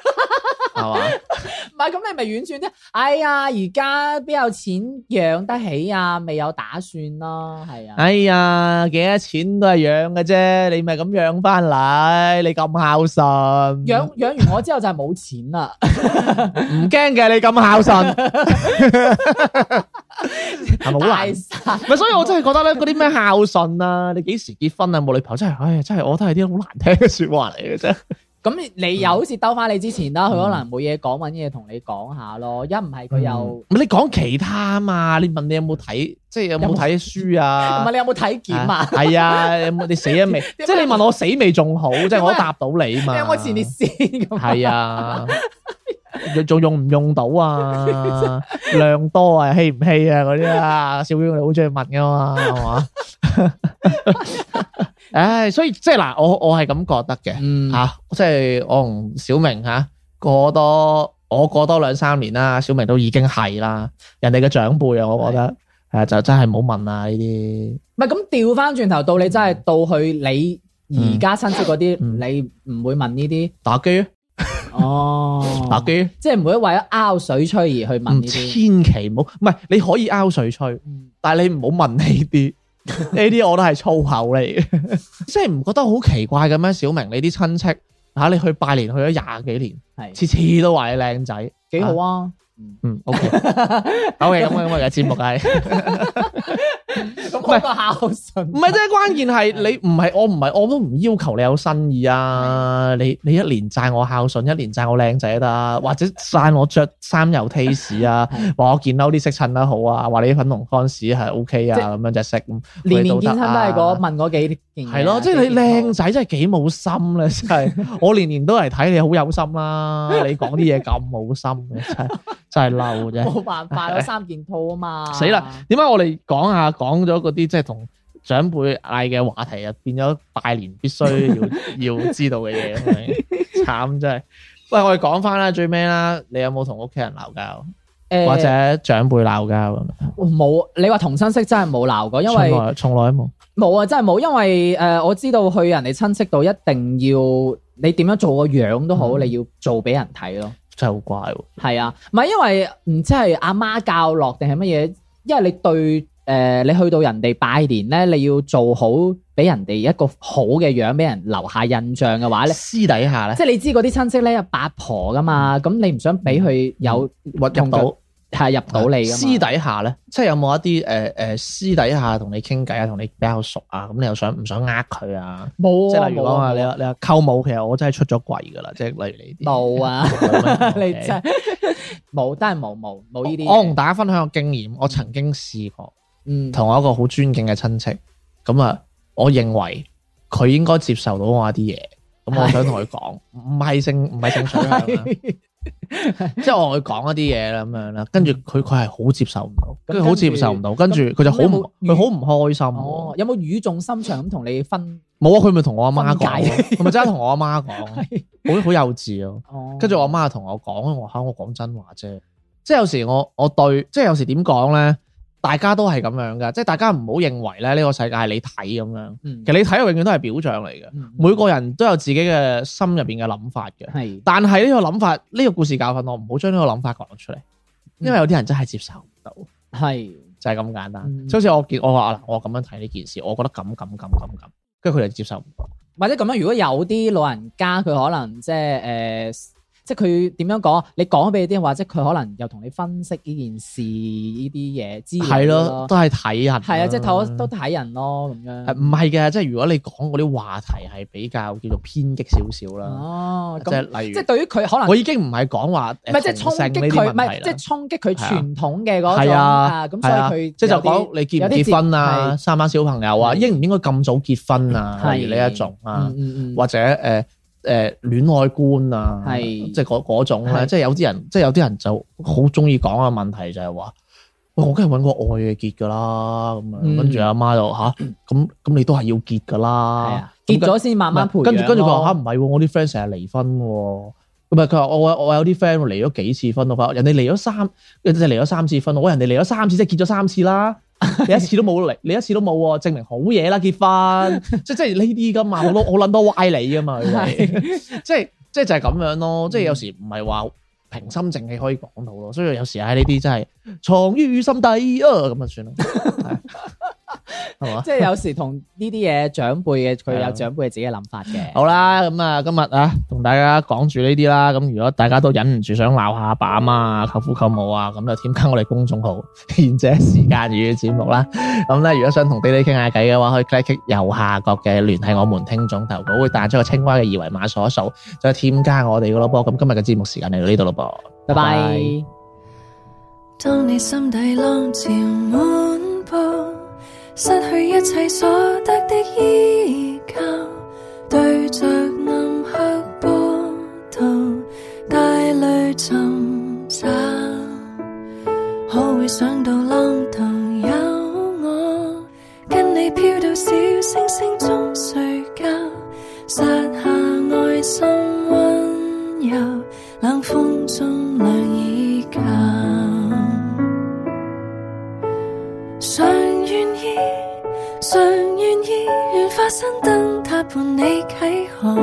S1: 係嘛？
S2: 唔係咁，你咪婉轉啫。哎呀，而家邊有錢養得起啊？未有打算咯，係啊。
S1: 哎呀，幾多錢都係養嘅啫，你咪咁養翻嚟，你咁孝順，
S2: 養養完我之後就係冇錢啦。
S1: 唔驚嘅，你咁孝順， 係咪好
S2: 大
S1: 難？
S2: 晒，
S1: 咪所以我真係覺得咧，嗰啲咩孝順啊，你幾時結婚啊，冇女朋友真係，唉，真係我覺得係啲好難聽嘅说話嚟嘅啫。
S2: 咁你又好似兜翻你之前啦，佢
S1: 嗯
S2: 可能冇嘢講，揾嘢同你講下咯。一唔係佢又，
S1: 唔係你講其他啊嘛？你問你有冇睇，即係有
S2: 有
S1: 冇
S2: 冇
S1: 睇書啊？
S2: 唔係你有冇體檢啊？
S1: 係啊，你有冇你死咗 未？即係你問我死未仲好，即係我都答到你
S2: 你
S1: 嘛。
S2: 有冇前列腺咁？
S1: 係啊，用仲用唔用到啊？量多啊，稀唔稀啊？嗰啲啊，小娟你好中意問噶嘛，係 嘛？唉，所以即係嗱，我我係咁覺得嘅
S2: 嗯，
S1: 吓，即係我同小明吓過多我過多兩三年啦，小明都已經係啦，人哋嘅長輩啊，我覺得係啊就真係唔好問啦呢啲。
S2: 唔係咁調翻轉頭到你真係到去你而家親戚嗰
S1: 嗯
S2: 啲，你唔會問呢啲
S1: 打機啊，
S2: 哦
S1: 打機啊，
S2: 即係唔會為咗拗水吹而去問
S1: 唔
S2: 呢啲。
S1: 嗯千祈唔好，唔係你可以拗水吹，
S2: 嗯
S1: 但係你唔好問呢 啲，呢啲我都係粗口嚟嘅，即係唔覺得好奇怪嘅咩？小明你啲親戚嚇、啊你去拜年去咗廿幾年，
S2: 係
S1: 次次都話你靚仔，
S2: 幾好啊！
S1: 嗯，OK，OK，咁啊咁啊，嘅節目係
S2: 咁我個孝順
S1: 唔係，即係關鍵係你唔係我唔係我都唔要求你有新意啊！你你一年讚我孝順，一年讚我靚仔得，啊或者讚我着衫有 taste 啊，話我件褸啲色襯得好啊，話你啲粉紅 cons 係 OK 啊，
S2: 即係
S1: 咁樣隻色，
S2: 年年健
S1: 健
S2: 身都係嗰問嗰幾件嘢啊。
S1: 係咯，即係
S2: 幾
S1: 你
S2: 件
S1: 靚仔真係幾冇心咧，真 係我年年都嚟睇你好有心啦，你講啲嘢咁冇心嘅，真係真係嬲啫。
S2: 冇辦法咯，三件套啊 嘛。
S1: 死啦！點解我哋講下講咗嗰啲即係同長輩嗌嘅話題，啊，變咗拜年必須 要要知道嘅嘢咁樣，慘真係。喂，我哋講翻啦，最尾啦，你有冇同屋企人鬧交，
S2: 誒
S1: 或者長輩鬧交咁樣？
S2: 冇，你話同親戚真係冇鬧過，因為
S1: 從來從來都冇。
S2: 冇啊，真係冇，因為誒、呃我知道去人哋親戚度一定要你點樣做個樣都好，
S1: 嗯
S2: 你要做俾人睇咯。
S1: 真係好怪喎，
S2: 係啊，唔係因為唔知係阿媽教落定係乜嘢，因為你對誒、呃你去到人哋拜年咧，你要做好俾人哋一個好嘅樣，俾人留下印象嘅話咧，
S1: 私底下咧
S2: 即係你知嗰啲親戚咧有八婆噶
S1: 嗯
S2: 嘛，咁你唔想俾佢有
S1: 屈入
S2: 同
S1: 到
S2: 佢係啊入到你噶嘛？
S1: 嗯啊私底下咧，即係有冇一啲誒誒私底下同你傾偈啊，同你比較熟啊，咁你又想唔想呃佢啊？即
S2: 冇啊
S1: 係例如
S2: 冇
S1: 講話
S2: 啊
S1: 你話你話舅母，其實我真係出咗櫃㗎啦，即係例如你啲。
S2: 冇啊！你
S1: 係
S2: 真係 冇，真係冇冇冇呢啲嘢。
S1: 我同大家分享個經驗，我曾經試過
S2: 嗯
S1: 同我一個好尊敬嘅親戚，咁啊，我認為佢應該接受到我一啲嘢，咁我想同佢講，唔係性唔係性取 向啊，即係我同佢講一啲嘢啦咁樣啦，跟住佢佢係好接受唔到，跟住好接受唔到，跟住佢就好唔
S2: 咁有
S1: 佢
S2: 冇
S1: 好唔開心喎
S2: 哦，。有冇語重心長咁同你分？
S1: 冇啊，佢咪同我阿媽
S2: 分
S1: 講
S2: 解
S1: 咯，佢咪真係同我阿媽講， 好好幼稚咯。
S2: 哦
S1: 跟住我阿媽就同我講，我嚇我講真話啫。即係有時我我對，即係有時點講咧，大家都係咁樣噶。即係大家唔好認為咧呢個世界係你睇咁樣，
S2: 嗯
S1: 其實你睇嘅永遠都係表象嚟嘅。
S2: 嗯
S1: 每個人都有自己嘅心入邊嘅諗法嘅，
S2: 係
S1: 但係呢個諗法，呢個故事教訓我唔好將呢個諗法講出嚟，
S2: 嗯
S1: 因為有啲人真係接受唔到。
S2: 係
S1: 就係咁簡單，
S2: 嗯
S1: 即係好似我見我話嗱，我咁樣睇呢件事，我覺得咁咁咁咁咁，跟住佢哋接受唔到。
S2: 或者咁樣，如果有啲老人家佢可能即係誒。呃即係佢點樣講？你講俾你啲，或者佢可能又同你分析呢件事呢啲嘢之類
S1: 係咯，
S2: 咯
S1: 都係睇人。
S2: 係啊，即係睇都睇人咯咁樣。
S1: 誒唔係嘅，即係如果你講嗰啲話題係比較叫做偏激少少啦，
S2: 哦，
S1: 嗯即
S2: 咁
S1: 係例
S2: 即
S1: 如
S2: 係，對於佢可能
S1: 我已經唔係講話
S2: 唔
S1: 唔
S2: 係即係衝擊佢，唔係即
S1: 係
S2: 係衝擊佢
S1: 係啊
S2: 傳統嘅嗰
S1: 係
S2: 種
S1: 啊
S2: 啊，咁
S1: 係啊，
S2: 所以佢
S1: 即係就
S2: 有啲
S1: 講你結唔
S2: 有啲
S1: 結婚
S2: 節
S1: 啊，
S2: 係
S1: 生唔生小朋友啊，
S2: 係
S1: 應唔應該咁早結婚啊，例如呢一種啊
S2: 嗯，嗯嗯，
S1: 或者誒誒戀愛觀啊，
S2: 係
S1: 即係嗰嗰種咧，
S2: 係
S1: 即係有啲人，即係有啲人就好中意講嘅問題就係話。喂，我梗係揾個愛嘅結㗎啦，咁樣
S2: 嗯
S1: 跟住阿媽就吓，咁咁你都係要結㗎
S2: 係
S1: 啦，
S2: 啊，結咗先慢慢培養咯。
S1: 跟住跟住佢話吓唔係喎，我啲 friend 成日離婚喎。唔係佢話我我我有啲 friend 離咗幾次婚咯，佢話人哋離咗三，人哋離咗三次婚，我話人哋離咗三次即係結咗三次 啦，你一次都冇離，你一次都冇喎，證明好嘢啦結 婚，即即係呢啲噶嘛，好多好撚多歪理噶嘛，佢哋 即係即係就係咁樣咯，即係有時唔係話平心靜氣可以講到咯，所以有時喺呢啲真係藏於心底啊咁就算啦，係 係嘛？
S2: 即係有時同呢啲嘢長輩
S1: 係
S2: 嘅，佢
S1: 啊
S2: 有長輩自己嘅諗法嘅。
S1: 好啦，咁啊，今日啊，同大家講住呢啲啦。咁如果大家都忍唔住想鬧下阿爸阿媽啊、舅父舅母啊，咁就添加我哋公眾號 《賢者時間與節目》啦。咁咧，如果想同爹哋傾下偈嘅話，可以 click 右下角嘅聯繫我們聽眾投稿，會彈出個青蛙嘅二維碼掃一掃，再添加我哋噶咯噃。咁今日嘅節目時間嚟到呢度咯噃。
S2: 拜拜。
S5: 当你心底浪潮满布，失去一切所得的依靠，对着暗黑波涛，带泪寻找，可会想到浪头有我，跟你飘到小星星中睡觉，撒下爱心温柔。冷風中兩倚靠，常願意，常願意，願化身燈塔伴你啟航，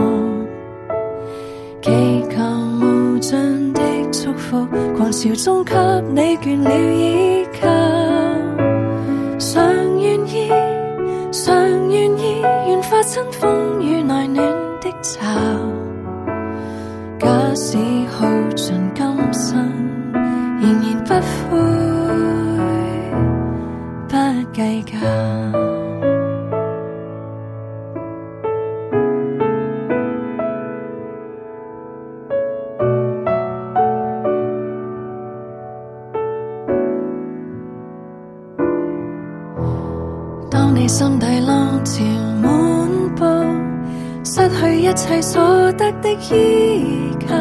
S5: 祈求無盡的祝福，狂潮中給你倦了依靠，常願意，常願意，願化身風雨內暖的巢。假使耗盡今生，仍然不悔，不計較。你心底浪潮滿布，失去一切所得的依靠，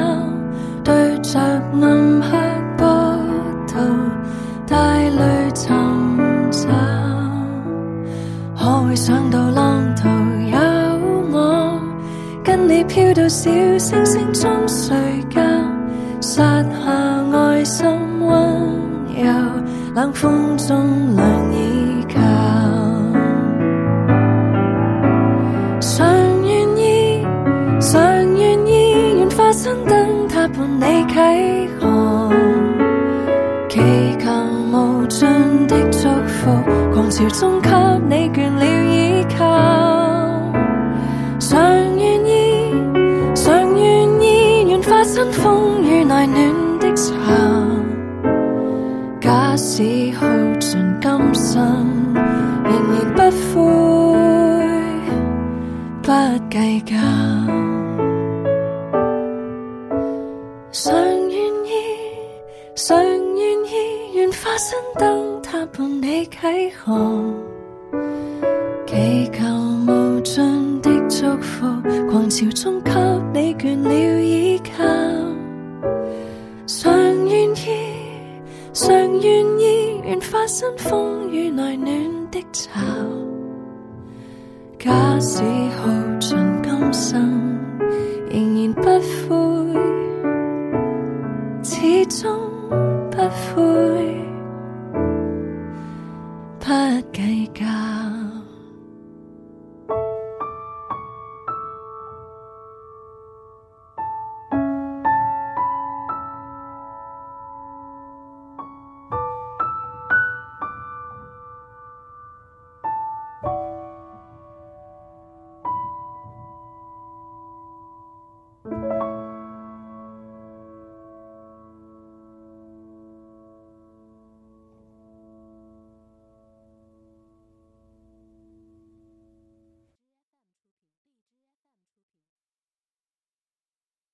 S5: 對着暗黑波濤帶淚尋找，可會想到浪途有我，跟你飄到小星星中睡覺，撒下愛心溫柔，冷風中涼倚靠。常願意，常願意，願化身燈塔伴你啟航，祈求無盡的祝福，狂潮中給你倦了倚靠。常願意，常願意，願化身風雨內暖的巢。假使耗盡今生，仍然不悔，不計較。常願意，常願意，願化身燈塔伴你啟航。祈求無盡的祝福，狂潮中給你倦了倚靠。常願意，常願意，願化身風雨內暖的巢。假使耗盡今生，仍然不悔，始終不悔。